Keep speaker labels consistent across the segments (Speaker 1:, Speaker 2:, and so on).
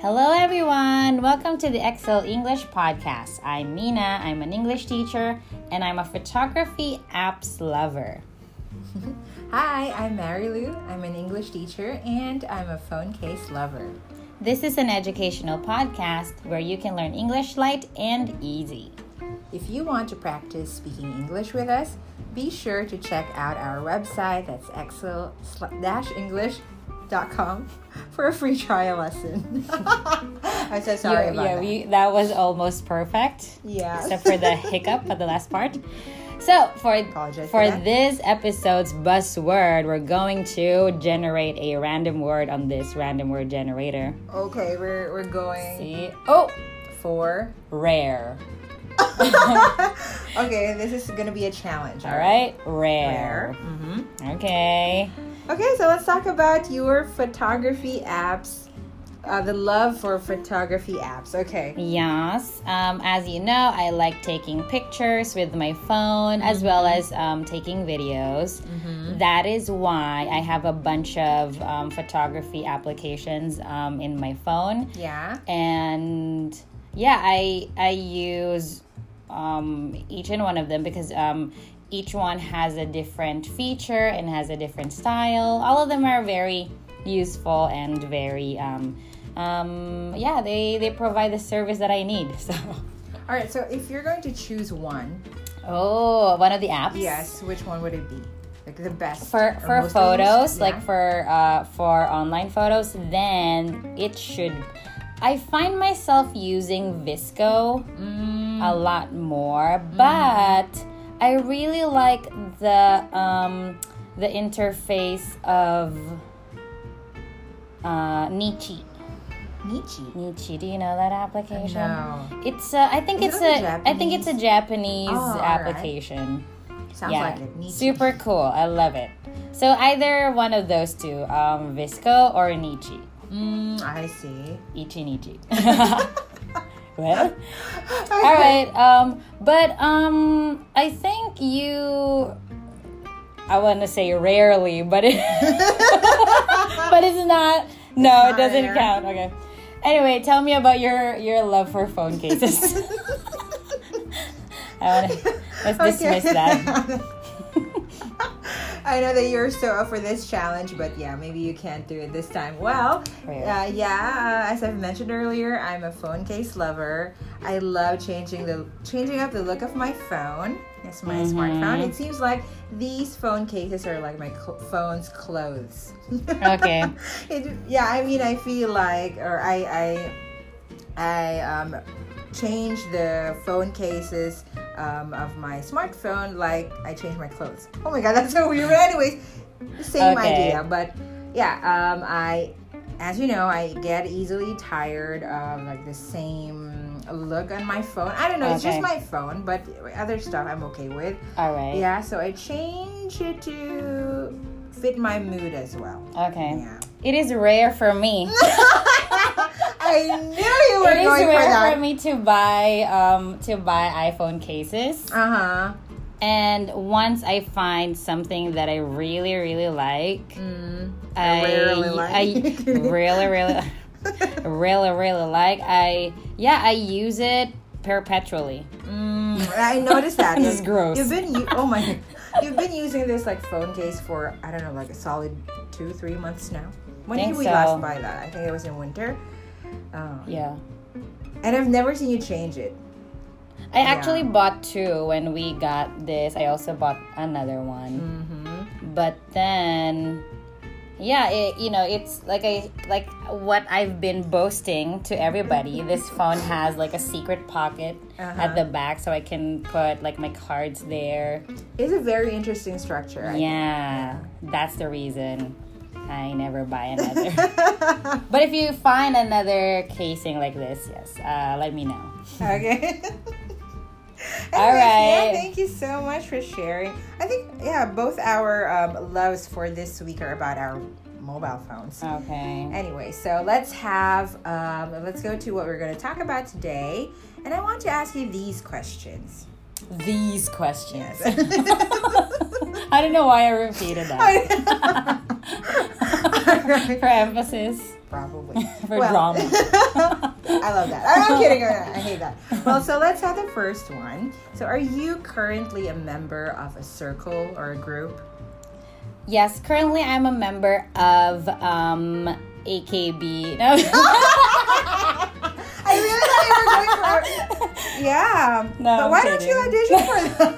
Speaker 1: Hello, everyone. Welcome to the Excel English Podcast. I'm Mina. I'm an English teacher and I'm a photography apps lover.
Speaker 2: Hi, I'm Mary Lou. I'm an English teacher and I'm a phone case lover.
Speaker 1: This is an educational podcast where you can learn English light and easy.
Speaker 2: If you want to practice speaking English with us, be sure to check out our website that's excel-english.com for a free trial lesson. I'm so sorry
Speaker 1: You-
Speaker 2: about
Speaker 1: yeah,
Speaker 2: that.
Speaker 1: we- that was almost perfect.
Speaker 2: Yes.
Speaker 1: Except for the hiccup at the last part. So for
Speaker 2: Apologize
Speaker 1: for
Speaker 2: for that.
Speaker 1: this episode's buzzword, we're going to generate a random word on this random word generator.
Speaker 2: okay, we're, we're going
Speaker 1: See? Oh,
Speaker 2: for...
Speaker 1: rare.
Speaker 2: okay, this is going to be a challenge.
Speaker 1: All right,
Speaker 2: Rare.
Speaker 1: rare.
Speaker 2: Mhm.
Speaker 1: Okay.
Speaker 2: Okay, so let's talk about your photography apps. Uh, the love for photography apps. Okay.
Speaker 1: Yes. Um, as you know, I like taking pictures with my phone as well as um, taking videos. That is why I have a bunch of um, photography applications um, in my phone.
Speaker 2: Yeah.
Speaker 1: And yeah, I I use um, each and one of them because um, each one has a different feature and has a different style. All of them are very useful and very um, um, yeah they they provide the service that I need. So
Speaker 2: All right. So if you're going to choose one,
Speaker 1: oh, one of the apps.
Speaker 2: yes, which one would it be? Like the best
Speaker 1: For,
Speaker 2: or
Speaker 1: for
Speaker 2: most
Speaker 1: photos,
Speaker 2: used?
Speaker 1: like
Speaker 2: Yeah.
Speaker 1: for uh, for online photos, then it should. I find myself using Visco.
Speaker 2: Mm,
Speaker 1: a lot more but i really like the um the interface of uh nichi
Speaker 2: Nietzsche.
Speaker 1: nichi do you know that application
Speaker 2: No,
Speaker 1: it's uh, i think
Speaker 2: Is
Speaker 1: it's
Speaker 2: it
Speaker 1: a
Speaker 2: a
Speaker 1: I think it's a japanese
Speaker 2: Oh, alright.
Speaker 1: application
Speaker 2: sounds like it. Nietzsche.
Speaker 1: super cool i love it so either one of those two um visco or nichi
Speaker 2: Mm, I see.
Speaker 1: ichi nichi well
Speaker 2: All
Speaker 1: All right. Um, but um, I think you. I want to say rarely, but it, but it's not. No, it
Speaker 2: not
Speaker 1: doesn't
Speaker 2: rare.
Speaker 1: count. Okay. Anyway, tell me about your your love for phone cases. I want to let's dismiss that.
Speaker 2: I know that you're so up for this challenge, but yeah, maybe you can't do it this time. Well,
Speaker 1: Right.
Speaker 2: uh, yeah, uh, as I've mentioned earlier, I'm a phone case lover. I love changing the changing up the look of my phone. It's my
Speaker 1: Mm-hmm.
Speaker 2: smartphone. It seems like these phone cases are like my cl- phone's clothes.
Speaker 1: Okay.
Speaker 2: it, yeah, I mean, I feel like, or I, I I um, changed the phone cases um, of my smartphone like I changed my clothes. Oh my god, that's so weird. But anyways, same
Speaker 1: Okay.
Speaker 2: idea. But yeah, um, I, as you know, I get easily tired of like the same look on my phone. I don't know. It's just
Speaker 1: Okay.
Speaker 2: my phone, but other stuff I'm okay with.
Speaker 1: All right.
Speaker 2: Yeah, so I change it to fit my mood as well.
Speaker 1: Okay.
Speaker 2: Yeah.
Speaker 1: It is rare for me.
Speaker 2: I knew you were
Speaker 1: It is
Speaker 2: going for
Speaker 1: rare
Speaker 2: that.
Speaker 1: for me to buy um to buy iPhone cases.
Speaker 2: Uh huh.
Speaker 1: And once I find something that I really, really like,
Speaker 2: Mm.
Speaker 1: I
Speaker 2: really like.
Speaker 1: I really, really, really, really like. I yeah, I use it perpetually.
Speaker 2: Mm, I noticed that.
Speaker 1: This is
Speaker 2: You-
Speaker 1: gross.
Speaker 2: You've been u- oh my, you've been using this like phone case for I don't know like a solid two three months now. When
Speaker 1: Think
Speaker 2: did we
Speaker 1: so.
Speaker 2: last buy that? I think it was in winter. Oh.
Speaker 1: Yeah,
Speaker 2: And I've never seen you change it.
Speaker 1: I actually bought two when we got this. I also bought another one,
Speaker 2: Mm-hmm.
Speaker 1: but then. Yeah, it, you know, it's like I like what I've been boasting to everybody. This phone has like a secret pocket
Speaker 2: Uh-huh.
Speaker 1: at the back, so I can put like my cards there.
Speaker 2: It's a very interesting structure. I
Speaker 1: Yeah, that's the reason I never buy another.
Speaker 2: think.
Speaker 1: but if you find another casing like this, yes, uh, let me know.
Speaker 2: okay.
Speaker 1: All
Speaker 2: Anyways,
Speaker 1: right.
Speaker 2: Yeah, thank you so much for sharing. I think yeah, both our um, loves for this week are about our mobile phones.
Speaker 1: Okay.
Speaker 2: Anyway, so let's have um, let's go to what we're going to talk about today, and I want to ask you these questions.
Speaker 1: These questions.
Speaker 2: Yes.
Speaker 1: I don't know why I repeated that.
Speaker 2: All right.
Speaker 1: For emphasis.
Speaker 2: probably.
Speaker 1: For drama.
Speaker 2: I love that. I'm not kidding. I I hate that. Well, so let's have the first one. So, are you currently a member of a circle or a group?
Speaker 1: Yes, currently I'm a member of um, AKB. No,
Speaker 2: I really thought you were going for. Yeah.
Speaker 1: No,
Speaker 2: But
Speaker 1: I'm
Speaker 2: why don't you
Speaker 1: kidding.
Speaker 2: audition for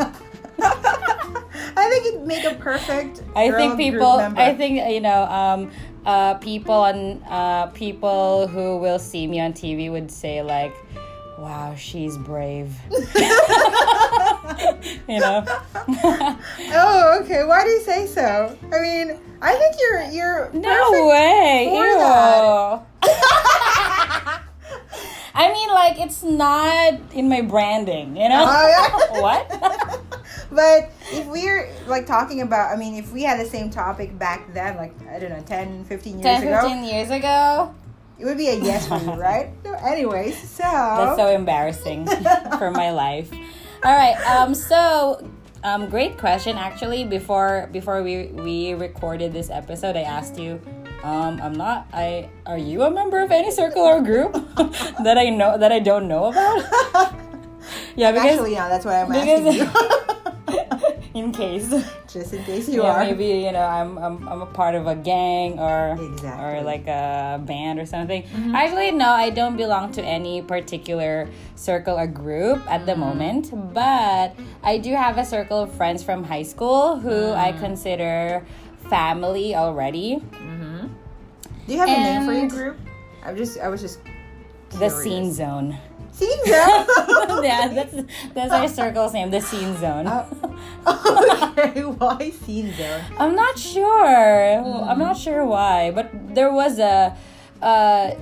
Speaker 2: that? I think you'd make a perfect.
Speaker 1: I
Speaker 2: girl
Speaker 1: think
Speaker 2: group
Speaker 1: people.
Speaker 2: member.
Speaker 1: I think you know. Um, uh, people on uh, people who will see me on TV would say like, "Wow, she's brave." you know.
Speaker 2: Oh, okay. Why do you say so? I mean, I think you're you're
Speaker 1: No way.
Speaker 2: for
Speaker 1: Ew.
Speaker 2: that.
Speaker 1: I mean, like it's not in my branding. You know.
Speaker 2: Oh, yeah.
Speaker 1: what?
Speaker 2: But if we're like talking about, I mean, if we had the same topic back then, like, I don't know, 10, 15 years
Speaker 1: 10,
Speaker 2: ago,
Speaker 1: 15 years ago.
Speaker 2: it would be a yes for you, right? No, anyways, so.
Speaker 1: That's so embarrassing for my life. All right. Um. So, um. Great question. Actually, before before we we recorded this episode, I asked you. Um. I'm not. I. Are you a member of any circle or group that I know that I don't know about? yeah. Because
Speaker 2: Actually, yeah, that's why I'm
Speaker 1: because-
Speaker 2: asking you.
Speaker 1: in case.
Speaker 2: Just in case you
Speaker 1: yeah.
Speaker 2: are.
Speaker 1: Maybe you know I'm I'm I'm a part of a gang or
Speaker 2: Exactly. Mm-hmm.
Speaker 1: or like a band or something. Actually, no, I don't belong to any particular circle or group at
Speaker 2: Mm.
Speaker 1: the moment, but I do have a circle of friends from high school who I
Speaker 2: Mm.
Speaker 1: consider family already.
Speaker 2: Do you have a name for your
Speaker 1: And-
Speaker 2: group? I'm just, I was just.
Speaker 1: The
Speaker 2: curious.
Speaker 1: Scene Zone.
Speaker 2: Scene zone.
Speaker 1: yeah, that's that's our circle's name, the Scene Zone.
Speaker 2: Uh, okay, why scene zone?
Speaker 1: I'm not sure. I'm not sure why, but there was a uh,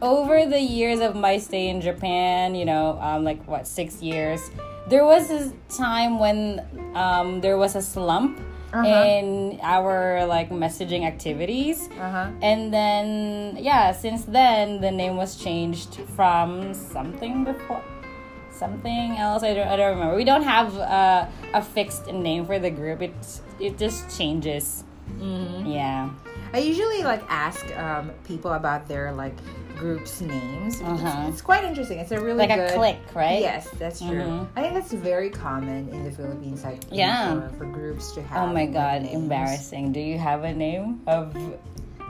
Speaker 1: over the years of my stay in Japan, you know, um, like what six years, there was a time when um, there was a slump in our like messaging activities,
Speaker 2: Uh huh.
Speaker 1: and then yeah, since then the name was changed from something before. Something else I don't, I don't remember. We don't have uh, a fixed name for the group. It's it just changes. Mm-hmm.
Speaker 2: Mm-hmm.
Speaker 1: Yeah.
Speaker 2: I usually like ask um, people about their like groups names. It's-
Speaker 1: Uh-huh.
Speaker 2: It's, quite interesting. It's a really
Speaker 1: Like
Speaker 2: good-
Speaker 1: a click, right? Mm-hmm.
Speaker 2: Yes, that's true. I think that's very common in the Philippines, like
Speaker 1: Yeah.
Speaker 2: for, for groups to have.
Speaker 1: Oh my
Speaker 2: like,
Speaker 1: god,
Speaker 2: names.
Speaker 1: embarrassing. Do you have a name of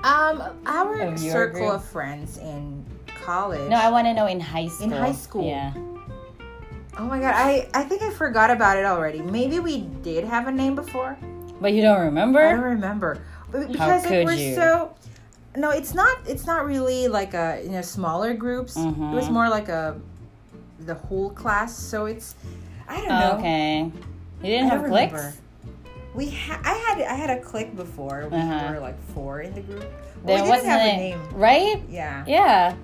Speaker 2: Um, our
Speaker 1: Of your
Speaker 2: circle
Speaker 1: group?
Speaker 2: of friends in college.
Speaker 1: No, I want to know in high school.
Speaker 2: high school.
Speaker 1: Yeah.
Speaker 2: oh my god, I I think I forgot about it already. Maybe we did have a name before.
Speaker 1: But you don't
Speaker 2: I don't
Speaker 1: remember?
Speaker 2: remember But because it
Speaker 1: could
Speaker 2: was
Speaker 1: you?
Speaker 2: so. No, it's not. It's not really like a you know smaller groups. It was
Speaker 1: Mhm.
Speaker 2: more like a the whole class. So it's I don't know.
Speaker 1: Okay. You didn't
Speaker 2: I
Speaker 1: have
Speaker 2: don't
Speaker 1: clicks?
Speaker 2: remember. We ha- I had I had a click before. We
Speaker 1: Uh-huh.
Speaker 2: were like four in the group. But
Speaker 1: There
Speaker 2: we didn't
Speaker 1: wasn't
Speaker 2: have
Speaker 1: a
Speaker 2: a name.
Speaker 1: Right?
Speaker 2: Yeah.
Speaker 1: Yeah.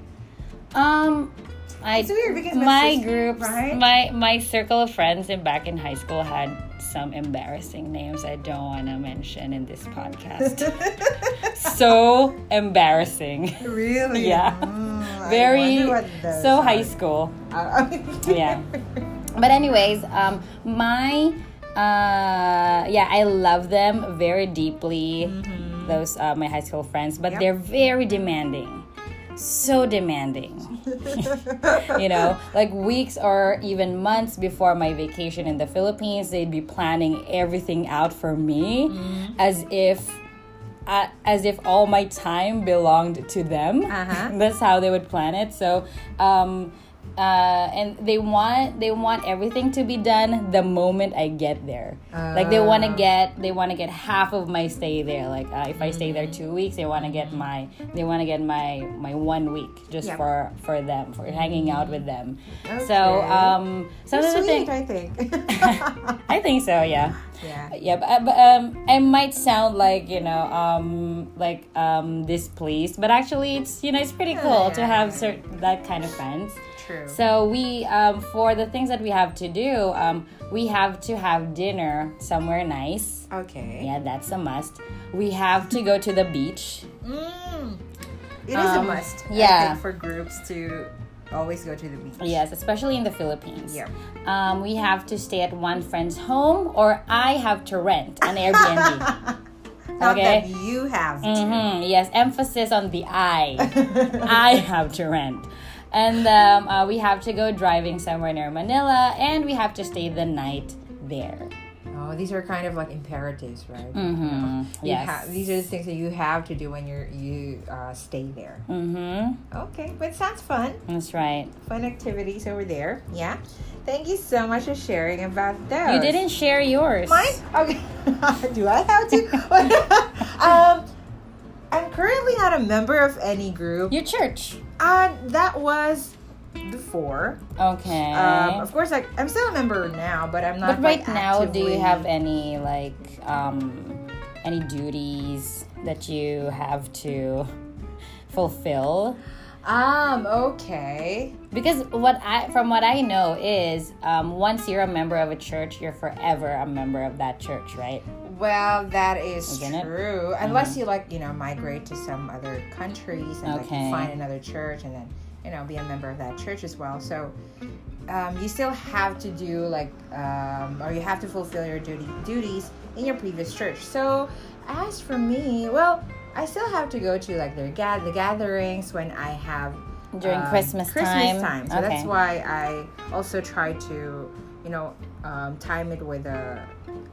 Speaker 1: Um I
Speaker 2: It's weird because my
Speaker 1: my
Speaker 2: sis-
Speaker 1: groups
Speaker 2: right?
Speaker 1: my my circle of friends in back in high school had some embarrassing names I don't want to mention in this podcast. so embarrassing.
Speaker 2: really?
Speaker 1: Yeah.
Speaker 2: Mm, I
Speaker 1: Very
Speaker 2: wonder what those Uh,
Speaker 1: so high
Speaker 2: are.
Speaker 1: school.
Speaker 2: I- I mean-
Speaker 1: Yeah. But anyways, um, my uh, yeah, I love them very deeply. Those uh, my high school friends, but
Speaker 2: Mm-hmm. Yep.
Speaker 1: they're very demanding, so demanding. You know, like weeks or even months before my vacation in the Philippines, they'd be planning everything out for me, as if. Uh, as if all my time belonged to them.
Speaker 2: Uh-huh.
Speaker 1: That's how they would plan it. So, um, uh, and they want they want everything to be done the moment I get there. like they
Speaker 2: Ah.
Speaker 1: want to get they want to get half of my stay there. Like uh, if I stay
Speaker 2: Mm.
Speaker 1: there two weeks, they want to get my they want to get my my one week just
Speaker 2: Yeah.
Speaker 1: for for them for hanging out with them. So
Speaker 2: Okay.
Speaker 1: um, some of the
Speaker 2: Sweet,
Speaker 1: things
Speaker 2: I think.
Speaker 1: I think so. Yeah.
Speaker 2: yeah.
Speaker 1: Yeah, but, but um, I might sound like you know, um, like um, displeased, but actually, it's you know, it's
Speaker 2: Oh,
Speaker 1: pretty cool to have certain that kind of friends.
Speaker 2: True.
Speaker 1: So we, um, for the things that we have to do, um, we have to have dinner somewhere nice.
Speaker 2: okay.
Speaker 1: Yeah, that's a must. We have to go to the beach.
Speaker 2: Mm. It is a
Speaker 1: Um,
Speaker 2: must. I
Speaker 1: yeah.
Speaker 2: think for groups to always go to the beach.
Speaker 1: Yes, especially in the Philippines.
Speaker 2: Yeah.
Speaker 1: Um, we have to stay at one friend's home, or I have to rent an Airbnb.
Speaker 2: not
Speaker 1: Okay.
Speaker 2: that you have to.
Speaker 1: hmm Yes, emphasis on the I. I have to rent. And um, uh, we have to go driving somewhere near Manila and we have to stay the night there.
Speaker 2: oh, these are kind of like imperatives, right?
Speaker 1: Mm-hmm.
Speaker 2: You
Speaker 1: Yes.
Speaker 2: ha- these are the things that you have to do when you're you uh, stay there.
Speaker 1: mm-hmm.
Speaker 2: Okay, but sounds fun.
Speaker 1: That's right.
Speaker 2: Fun activities over there. Yeah. Thank you so much for sharing about those.
Speaker 1: You didn't share yours.
Speaker 2: Mine? Okay. Do I have to? um, I'm currently not a member of any group.
Speaker 1: Your church.
Speaker 2: Uh, that was before.
Speaker 1: Okay.
Speaker 2: Um, of course, I, I'm still a member now, but I'm not.
Speaker 1: but right
Speaker 2: like,
Speaker 1: now, do you
Speaker 2: actively-
Speaker 1: have any like um, any duties that you have to fulfill?
Speaker 2: Um. Okay.
Speaker 1: Because what I from what I know is um, once you're a member of a church, you're forever a member of that church, right?
Speaker 2: Well, that is
Speaker 1: Isn't it? Uh-huh.
Speaker 2: true. Unless you like, you know, migrate to some other countries and
Speaker 1: Okay.
Speaker 2: like find another church and then, you know, be a member of that church as well. So, um, you still have to do like, um, or you have to fulfill your duty duties in your previous church. So, as for me, well, I still have to go to like their ga- the gatherings when I have
Speaker 1: During
Speaker 2: um,
Speaker 1: Christmas time.
Speaker 2: Christmas time. So
Speaker 1: okay.
Speaker 2: that's why I also try to, you know, um, time it with uh,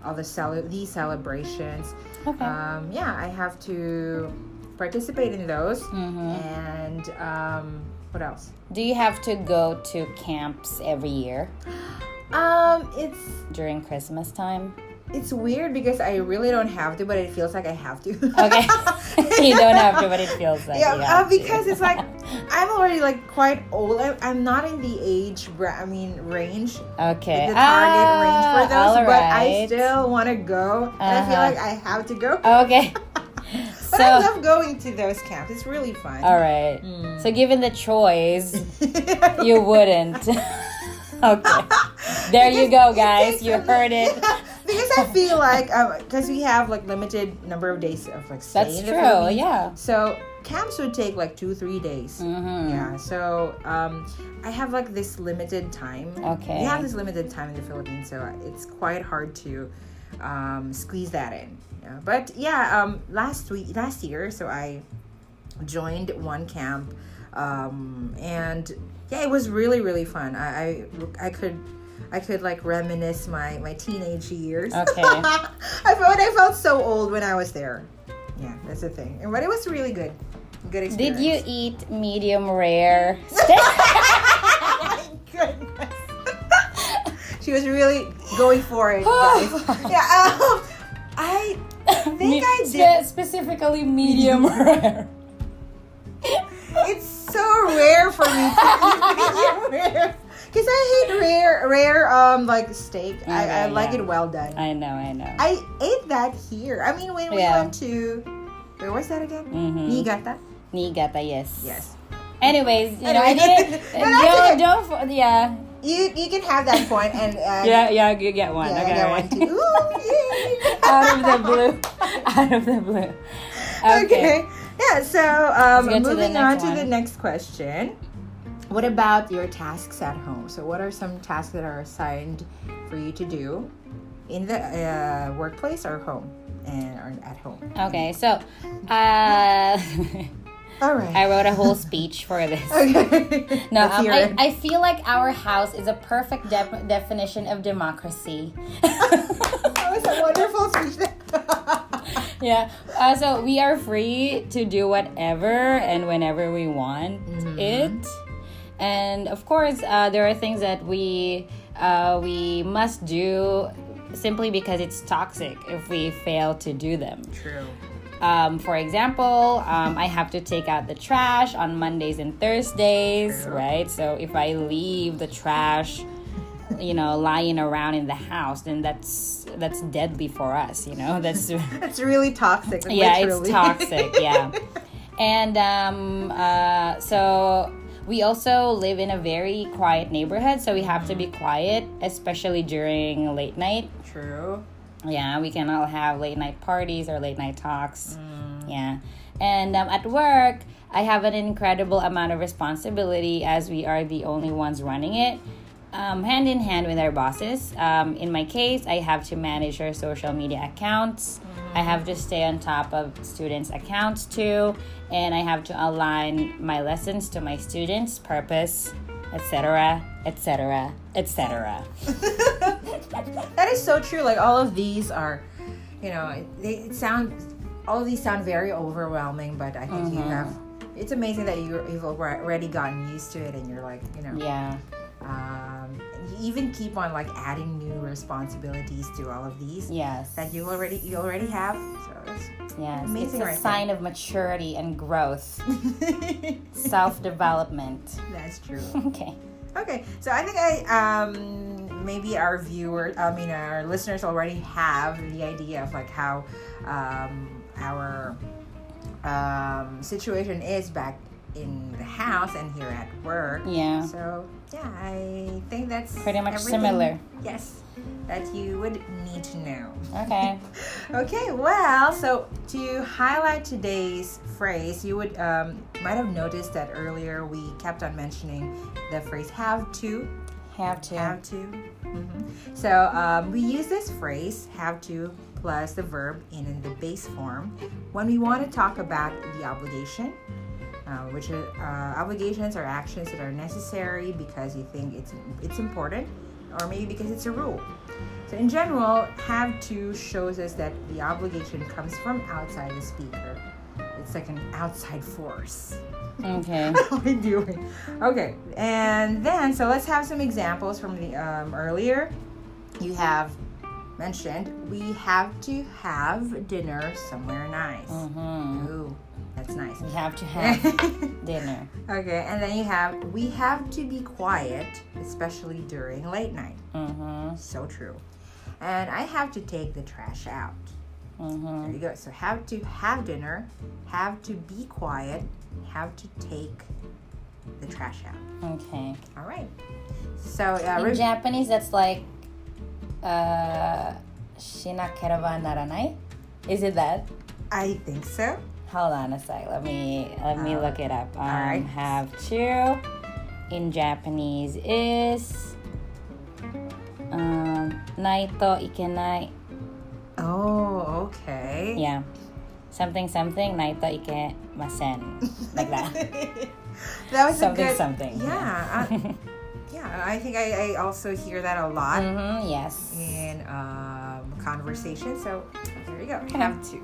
Speaker 2: all the cele- these celebrations.
Speaker 1: Okay.
Speaker 2: Um, yeah, I have to participate in those.
Speaker 1: Mhm.
Speaker 2: And um, what else?
Speaker 1: Do you have to go to camps every year
Speaker 2: Um, it's
Speaker 1: during Christmas time?
Speaker 2: it's weird because I really don't have to, but it feels like I have to.
Speaker 1: Okay. you don't have to, but it feels like
Speaker 2: yeah,
Speaker 1: you
Speaker 2: uh,
Speaker 1: have to.
Speaker 2: because it's like I'm already like quite old. I, I'm not in the age, bra- I mean, range
Speaker 1: okay.
Speaker 2: the target range for
Speaker 1: Ah,
Speaker 2: those, but I
Speaker 1: alright.
Speaker 2: still want to go, and I feel
Speaker 1: Uh-huh.
Speaker 2: like I have to go.
Speaker 1: Okay.
Speaker 2: but I
Speaker 1: so
Speaker 2: love going to those camps. It's really fun.
Speaker 1: all right. So
Speaker 2: Hmm.
Speaker 1: given the choice, you wouldn't. okay. There you go,
Speaker 2: Because it
Speaker 1: guys.
Speaker 2: takes
Speaker 1: You
Speaker 2: a li-
Speaker 1: heard it.
Speaker 2: Yeah, because I feel like because we have like limited number of days of like stay
Speaker 1: That's
Speaker 2: in the
Speaker 1: true.
Speaker 2: Philippines.
Speaker 1: Yeah.
Speaker 2: So camps would take like two three days.
Speaker 1: Mm-hmm.
Speaker 2: Yeah, so um, I have like this limited time.
Speaker 1: Okay.
Speaker 2: We have this limited time in the Philippines, so it's quite hard to um, squeeze that in. Yeah, but yeah, um, last week, last year, so I joined one camp, um, and yeah, it was really really fun. I I, I could. I could like reminisce my my teenage years.
Speaker 1: Okay.
Speaker 2: I felt I felt so old when I was there. Yeah, that's the thing. And but it was really good, good
Speaker 1: Did
Speaker 2: experience.
Speaker 1: you eat medium rare steak?
Speaker 2: my goodness. she was really going for it, guys. yeah, um, I think I
Speaker 1: Me-
Speaker 2: did.
Speaker 1: spe- specifically medium rare.
Speaker 2: It's so rare for me to eat rare. Because I hate rare, rare, um, like steak. I, I
Speaker 1: Okay,
Speaker 2: like
Speaker 1: yeah.
Speaker 2: it well done. I,
Speaker 1: I know, I know.
Speaker 2: ate that here. I mean, when we
Speaker 1: Yeah.
Speaker 2: went to, where was that again?
Speaker 1: Mm-hmm.
Speaker 2: Niigata.
Speaker 1: Niigata, yes.
Speaker 2: Yes.
Speaker 1: Anyways, you know, I
Speaker 2: Anyway.
Speaker 1: didn't.
Speaker 2: No, that's
Speaker 1: don't, don't, fo- yeah.
Speaker 2: You you can have that point and uh,
Speaker 1: Yeah, yeah, you get one.
Speaker 2: yeah,
Speaker 1: okay,
Speaker 2: that
Speaker 1: alright.
Speaker 2: one too. Ooh, yay.
Speaker 1: Out of the blue. Out of the blue. Okay.
Speaker 2: okay. Yeah, so
Speaker 1: Let's
Speaker 2: um,
Speaker 1: go to the
Speaker 2: moving on
Speaker 1: next
Speaker 2: to the
Speaker 1: one.
Speaker 2: next question. What about your tasks at home? So, what are some tasks that are assigned for you to do in the uh, workplace or home and or at home?
Speaker 1: Okay, so uh,
Speaker 2: All right.
Speaker 1: I wrote a whole speech for this.
Speaker 2: okay.
Speaker 1: No,
Speaker 2: Let's
Speaker 1: um,
Speaker 2: hear
Speaker 1: I,
Speaker 2: it.
Speaker 1: I feel like our house is a perfect de- definition of democracy.
Speaker 2: that was a wonderful speech.
Speaker 1: yeah. Uh, so we are free to do whatever and whenever we want it, and of course, uh, there are things that we uh, we must do simply because it's toxic if we fail to do them.
Speaker 2: True.
Speaker 1: Um, for example, um, I have to take out the trash on Mondays and Thursdays, right? So if I leave the trash, you know, lying around in the house, then that's that's deadly for us. You know, that's
Speaker 2: It's really toxic.
Speaker 1: yeah,
Speaker 2: literally.
Speaker 1: it's toxic. Yeah, and um, uh, so we also live in a very quiet neighborhood, so we have to be quiet, especially during late night.
Speaker 2: True.
Speaker 1: Yeah, we can all have late night parties or late night talks. Yeah. And um, at work, I have an incredible amount of responsibility as we are the only ones running it, um, hand in hand with our bosses. Um, in my case, I have to manage our social media accounts, I have to stay on top of students' accounts too, and I have to align my lessons to my students' purpose, etc., etc., etc.
Speaker 2: That is so true. Like all of these are, you know, they it sound all of these sound very overwhelming, but I think you have. It's amazing that you you've alre- already gotten used to it, and you're like, you know,
Speaker 1: Yeah.
Speaker 2: um, and you even keep on like adding new responsibilities to all of these
Speaker 1: Yes.
Speaker 2: that you already you already have. So
Speaker 1: Yes. It's
Speaker 2: Amazing
Speaker 1: a
Speaker 2: right
Speaker 1: sign of maturity and growth,
Speaker 2: it's,
Speaker 1: self development.
Speaker 2: that's true.
Speaker 1: Okay.
Speaker 2: Okay, so I think I um maybe our viewers, I mean our listeners already have the idea of like how um our um situation is back in the house and here at work.
Speaker 1: Yeah.
Speaker 2: So yeah, I think that's
Speaker 1: Pretty much
Speaker 2: everything-
Speaker 1: similar.
Speaker 2: Yes, that you would need to know.
Speaker 1: Okay.
Speaker 2: Okay, well, so to highlight today's phrase, you would um, might have noticed that earlier we kept on mentioning the phrase "have to."
Speaker 1: Have to.
Speaker 2: Have to. Mhm. So um, we use this phrase "have to" plus the verb in the base form when we want to talk about the obligation, uh, which are, uh, obligations are actions that are necessary because you think it's it's important, or maybe because it's a rule. So in general, have to shows us that the obligation comes from outside the speaker. It's like an outside force.
Speaker 1: Okay.
Speaker 2: How are you doing? Okay, and then so let's have some examples from the um, earlier. You have mentioned we have to have dinner somewhere nice.
Speaker 1: Mm-hmm.
Speaker 2: Ooh, that's nice.
Speaker 1: We have to have dinner.
Speaker 2: okay, and then you have we have to be quiet, especially during late night.
Speaker 1: Mm-hmm.
Speaker 2: So true. And I have to take the trash out.
Speaker 1: Mm-hmm.
Speaker 2: There you go. So have to have dinner, have to be quiet, have to take the trash out.
Speaker 1: Okay.
Speaker 2: All right. So uh,
Speaker 1: In
Speaker 2: re-
Speaker 1: Japanese, that's like, uh, shinakereba naranai. Is it that?
Speaker 2: I think so.
Speaker 1: Hold on a sec. Let me let me look it up. Um,
Speaker 2: alright.
Speaker 1: Have to in Japanese is um, naito ikenai.
Speaker 2: Oh, okay.
Speaker 1: Yeah, something something naito ikemasen like that.
Speaker 2: that was
Speaker 1: Something,
Speaker 2: a good,
Speaker 1: something,
Speaker 2: Yeah. I, yeah. I think I, I also hear that a lot
Speaker 1: Mm-hmm. Yes.
Speaker 2: in um, conversation. So there you go. Have to.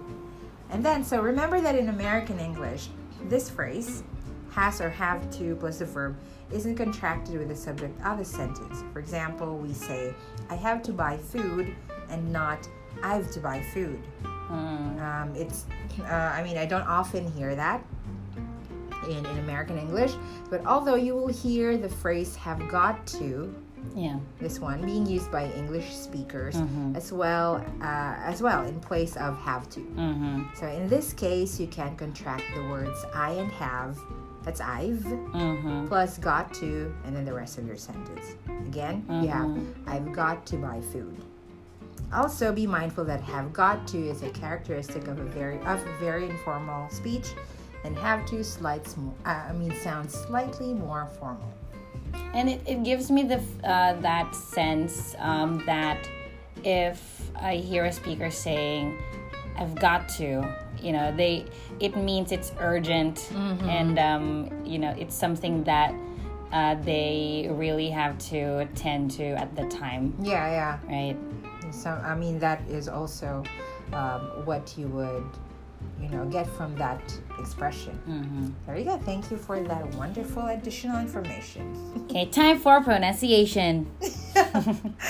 Speaker 2: And then, so remember that in American English, this phrase, has or have to plus the verb, isn't contracted with the subject of a sentence. For example, we say, I have to buy food, and not, I have to buy food.
Speaker 1: Mm.
Speaker 2: Um, it's, uh, I mean, I don't often hear that in, in American English, but although you will hear the phrase have got to,
Speaker 1: Yeah.
Speaker 2: this one being used by English speakers as well uh, as well in place of have to.
Speaker 1: Mm-hmm.
Speaker 2: So in this case, you can contract the words I and have, that's I've,
Speaker 1: Mm-hmm.
Speaker 2: plus got to, and then the rest of your sentence. Again, you have I've got to buy food. Also, be mindful that have got to is a characteristic of a very of a very informal speech, and have to slights mo- uh, I mean sounds slightly more formal.
Speaker 1: and it, it gives me the f- uh, that sense um, that if i hear a speaker saying i've got to you know they it means it's urgent and um, you know it's something that uh, they really have to attend to at the time
Speaker 2: Yeah, yeah.
Speaker 1: right
Speaker 2: So I mean that is also um, what you would you know get from that expression. There you go. Thank you for that wonderful additional information.
Speaker 1: okay time for pronunciation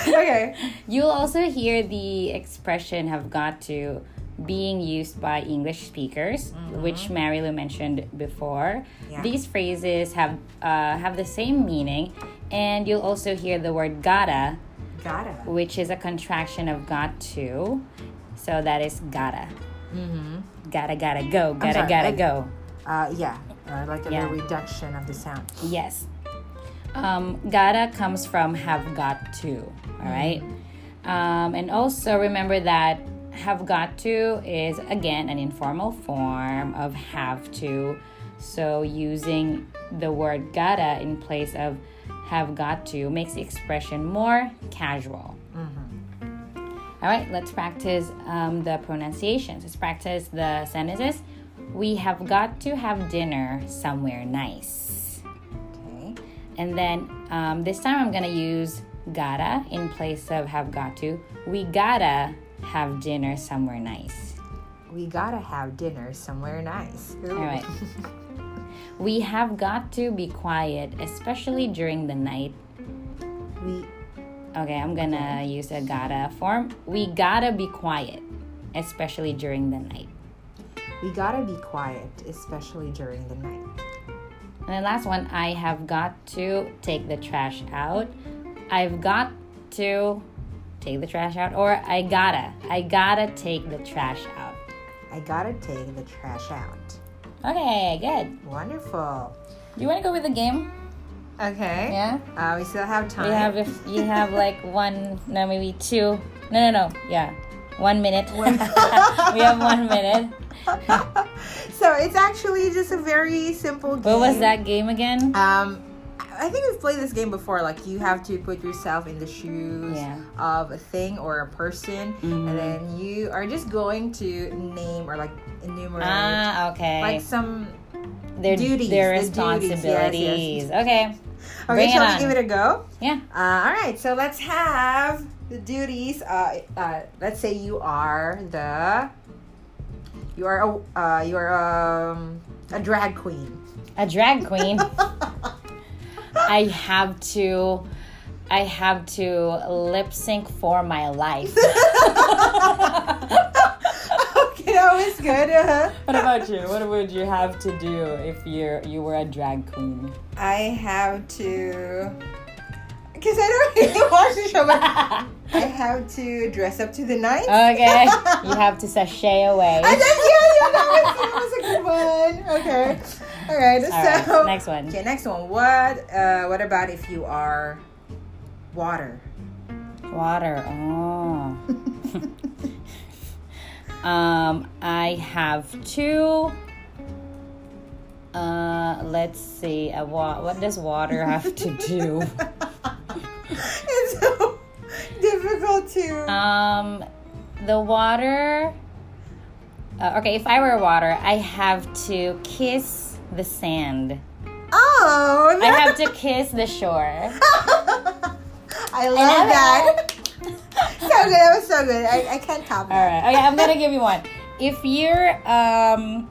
Speaker 2: okay.
Speaker 1: You'll also hear the expression have got to being used by English speakers, which Marilu mentioned before.
Speaker 2: Mm-hmm. Yeah.
Speaker 1: These phrases have uh, have the same meaning, and you'll also hear the word gotta,
Speaker 2: Gotta.
Speaker 1: which is a contraction of got to. So that is gotta. Gotta, gotta go, gotta,
Speaker 2: Mm-hmm. sorry,
Speaker 1: gotta
Speaker 2: I-
Speaker 1: go.
Speaker 2: Uh, yeah. Uh, like a little
Speaker 1: Yeah.
Speaker 2: reduction of the sound.
Speaker 1: Yes. Um, gotta comes from have got to, all right? Um, and also remember that have got to is again an informal form of have to. So using the word gotta in place of have got to makes the expression more casual. All right, let's practice um, the pronunciations. Let's practice the sentences. We have got to have dinner somewhere nice.
Speaker 2: Okay.
Speaker 1: And then um, this time I'm gonna use gotta in place of have got to. We gotta have dinner somewhere nice.
Speaker 2: We gotta have dinner somewhere nice. Ooh.
Speaker 1: All right. we have got to be quiet, especially during the night.
Speaker 2: We
Speaker 1: Okay, I'm gonna use a gotta form. We gotta be quiet, especially during the night.
Speaker 2: we gotta be quiet, especially during the night.
Speaker 1: And the last one, I have got to take the trash out. I've got to take the trash out, or I gotta, I gotta take the trash out.
Speaker 2: I gotta take the trash out.
Speaker 1: Okay, good.
Speaker 2: Wonderful.
Speaker 1: You wanna go with the game?
Speaker 2: Okay.
Speaker 1: Yeah.
Speaker 2: Uh, we still have time.
Speaker 1: You have if you have like one, no, maybe two. No, no, no. Yeah, one minute. we have one minute.
Speaker 2: so it's actually just a very simple game.
Speaker 1: What was that game again?
Speaker 2: Um, I think we've played this game before. Like you have to put yourself in the shoes
Speaker 1: Yeah. Mm-hmm.
Speaker 2: of a thing or a person, and then you are just going to name or like enumerate
Speaker 1: Ah, okay.
Speaker 2: like some.
Speaker 1: their
Speaker 2: duties,
Speaker 1: their
Speaker 2: the duties, yes, yes.
Speaker 1: responsibilities. Okay.
Speaker 2: Okay,
Speaker 1: Bring it
Speaker 2: shall we
Speaker 1: on.
Speaker 2: give it a go?
Speaker 1: Yeah.
Speaker 2: Uh, all right, so let's have the duties. Uh, uh, let's say you are the you are a uh, you are um, a drag queen.
Speaker 1: A drag queen. I have to I have to lip sync for my life.
Speaker 2: okay, that was good. Uh-huh.
Speaker 1: what about you? What would you have to do if you you were a drag queen?
Speaker 2: I have to. Because I don't really watch the show, but I have to dress up to the nines.
Speaker 1: Oh. okay. You have to sachet away.
Speaker 2: I just, yeah, yeah, that was, that was a good one. Okay. All right.
Speaker 1: All right,
Speaker 2: so
Speaker 1: next one.
Speaker 2: Okay, next one. What? Uh, what about if you are water?
Speaker 1: Water. Oh. um, I have two. Uh, let's see. A wa- what does water have to do?
Speaker 2: it's so difficult to.
Speaker 1: Um, the water. Uh, okay, if I were water, I have to kiss the sand.
Speaker 2: oh.
Speaker 1: I have to kiss the shore.
Speaker 2: I love that. so good. That was so good. I, I can't top
Speaker 1: All
Speaker 2: that.
Speaker 1: right. Okay, I'm gonna give you one. If you're um,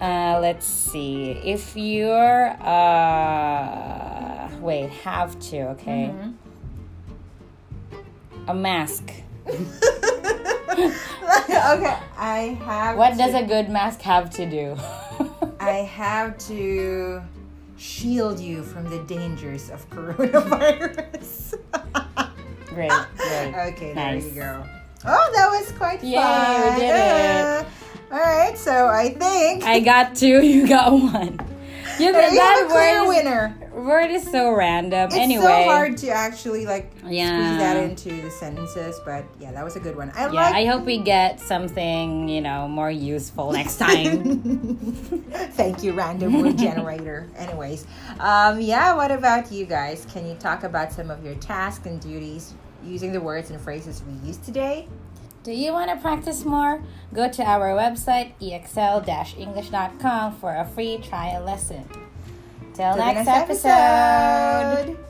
Speaker 1: uh, let's see. If you're uh, wait, have to. Okay.
Speaker 2: Mm-hmm.
Speaker 1: A mask.
Speaker 2: okay, I have.
Speaker 1: What
Speaker 2: to,
Speaker 1: does a good mask have to do?
Speaker 2: I have to shield you from the dangers of coronavirus.
Speaker 1: great. Great.
Speaker 2: okay, there
Speaker 1: Nice.
Speaker 2: you go. Oh, that was quite
Speaker 1: Yay, we
Speaker 2: fun.
Speaker 1: did it.
Speaker 2: all right, so I think
Speaker 1: I got two. You got one. You got
Speaker 2: that you have
Speaker 1: that
Speaker 2: a clear
Speaker 1: word.
Speaker 2: winner.
Speaker 1: Is, word is so random.
Speaker 2: It's
Speaker 1: anyway.
Speaker 2: so hard to actually like
Speaker 1: Yeah.
Speaker 2: squeeze that into the sentences, but yeah, that was a good one. I
Speaker 1: Yeah,
Speaker 2: like
Speaker 1: I hope we get something, you know, more useful next time.
Speaker 2: Thank you, random word generator. Anyways, um, yeah, what about you guys? Can you talk about some of your tasks and duties using the words and phrases we use today?
Speaker 1: Do you want to practice more? Go to our website, E exl-english.com, for a free trial lesson. Till
Speaker 2: Till the
Speaker 1: next, episode.
Speaker 2: episode.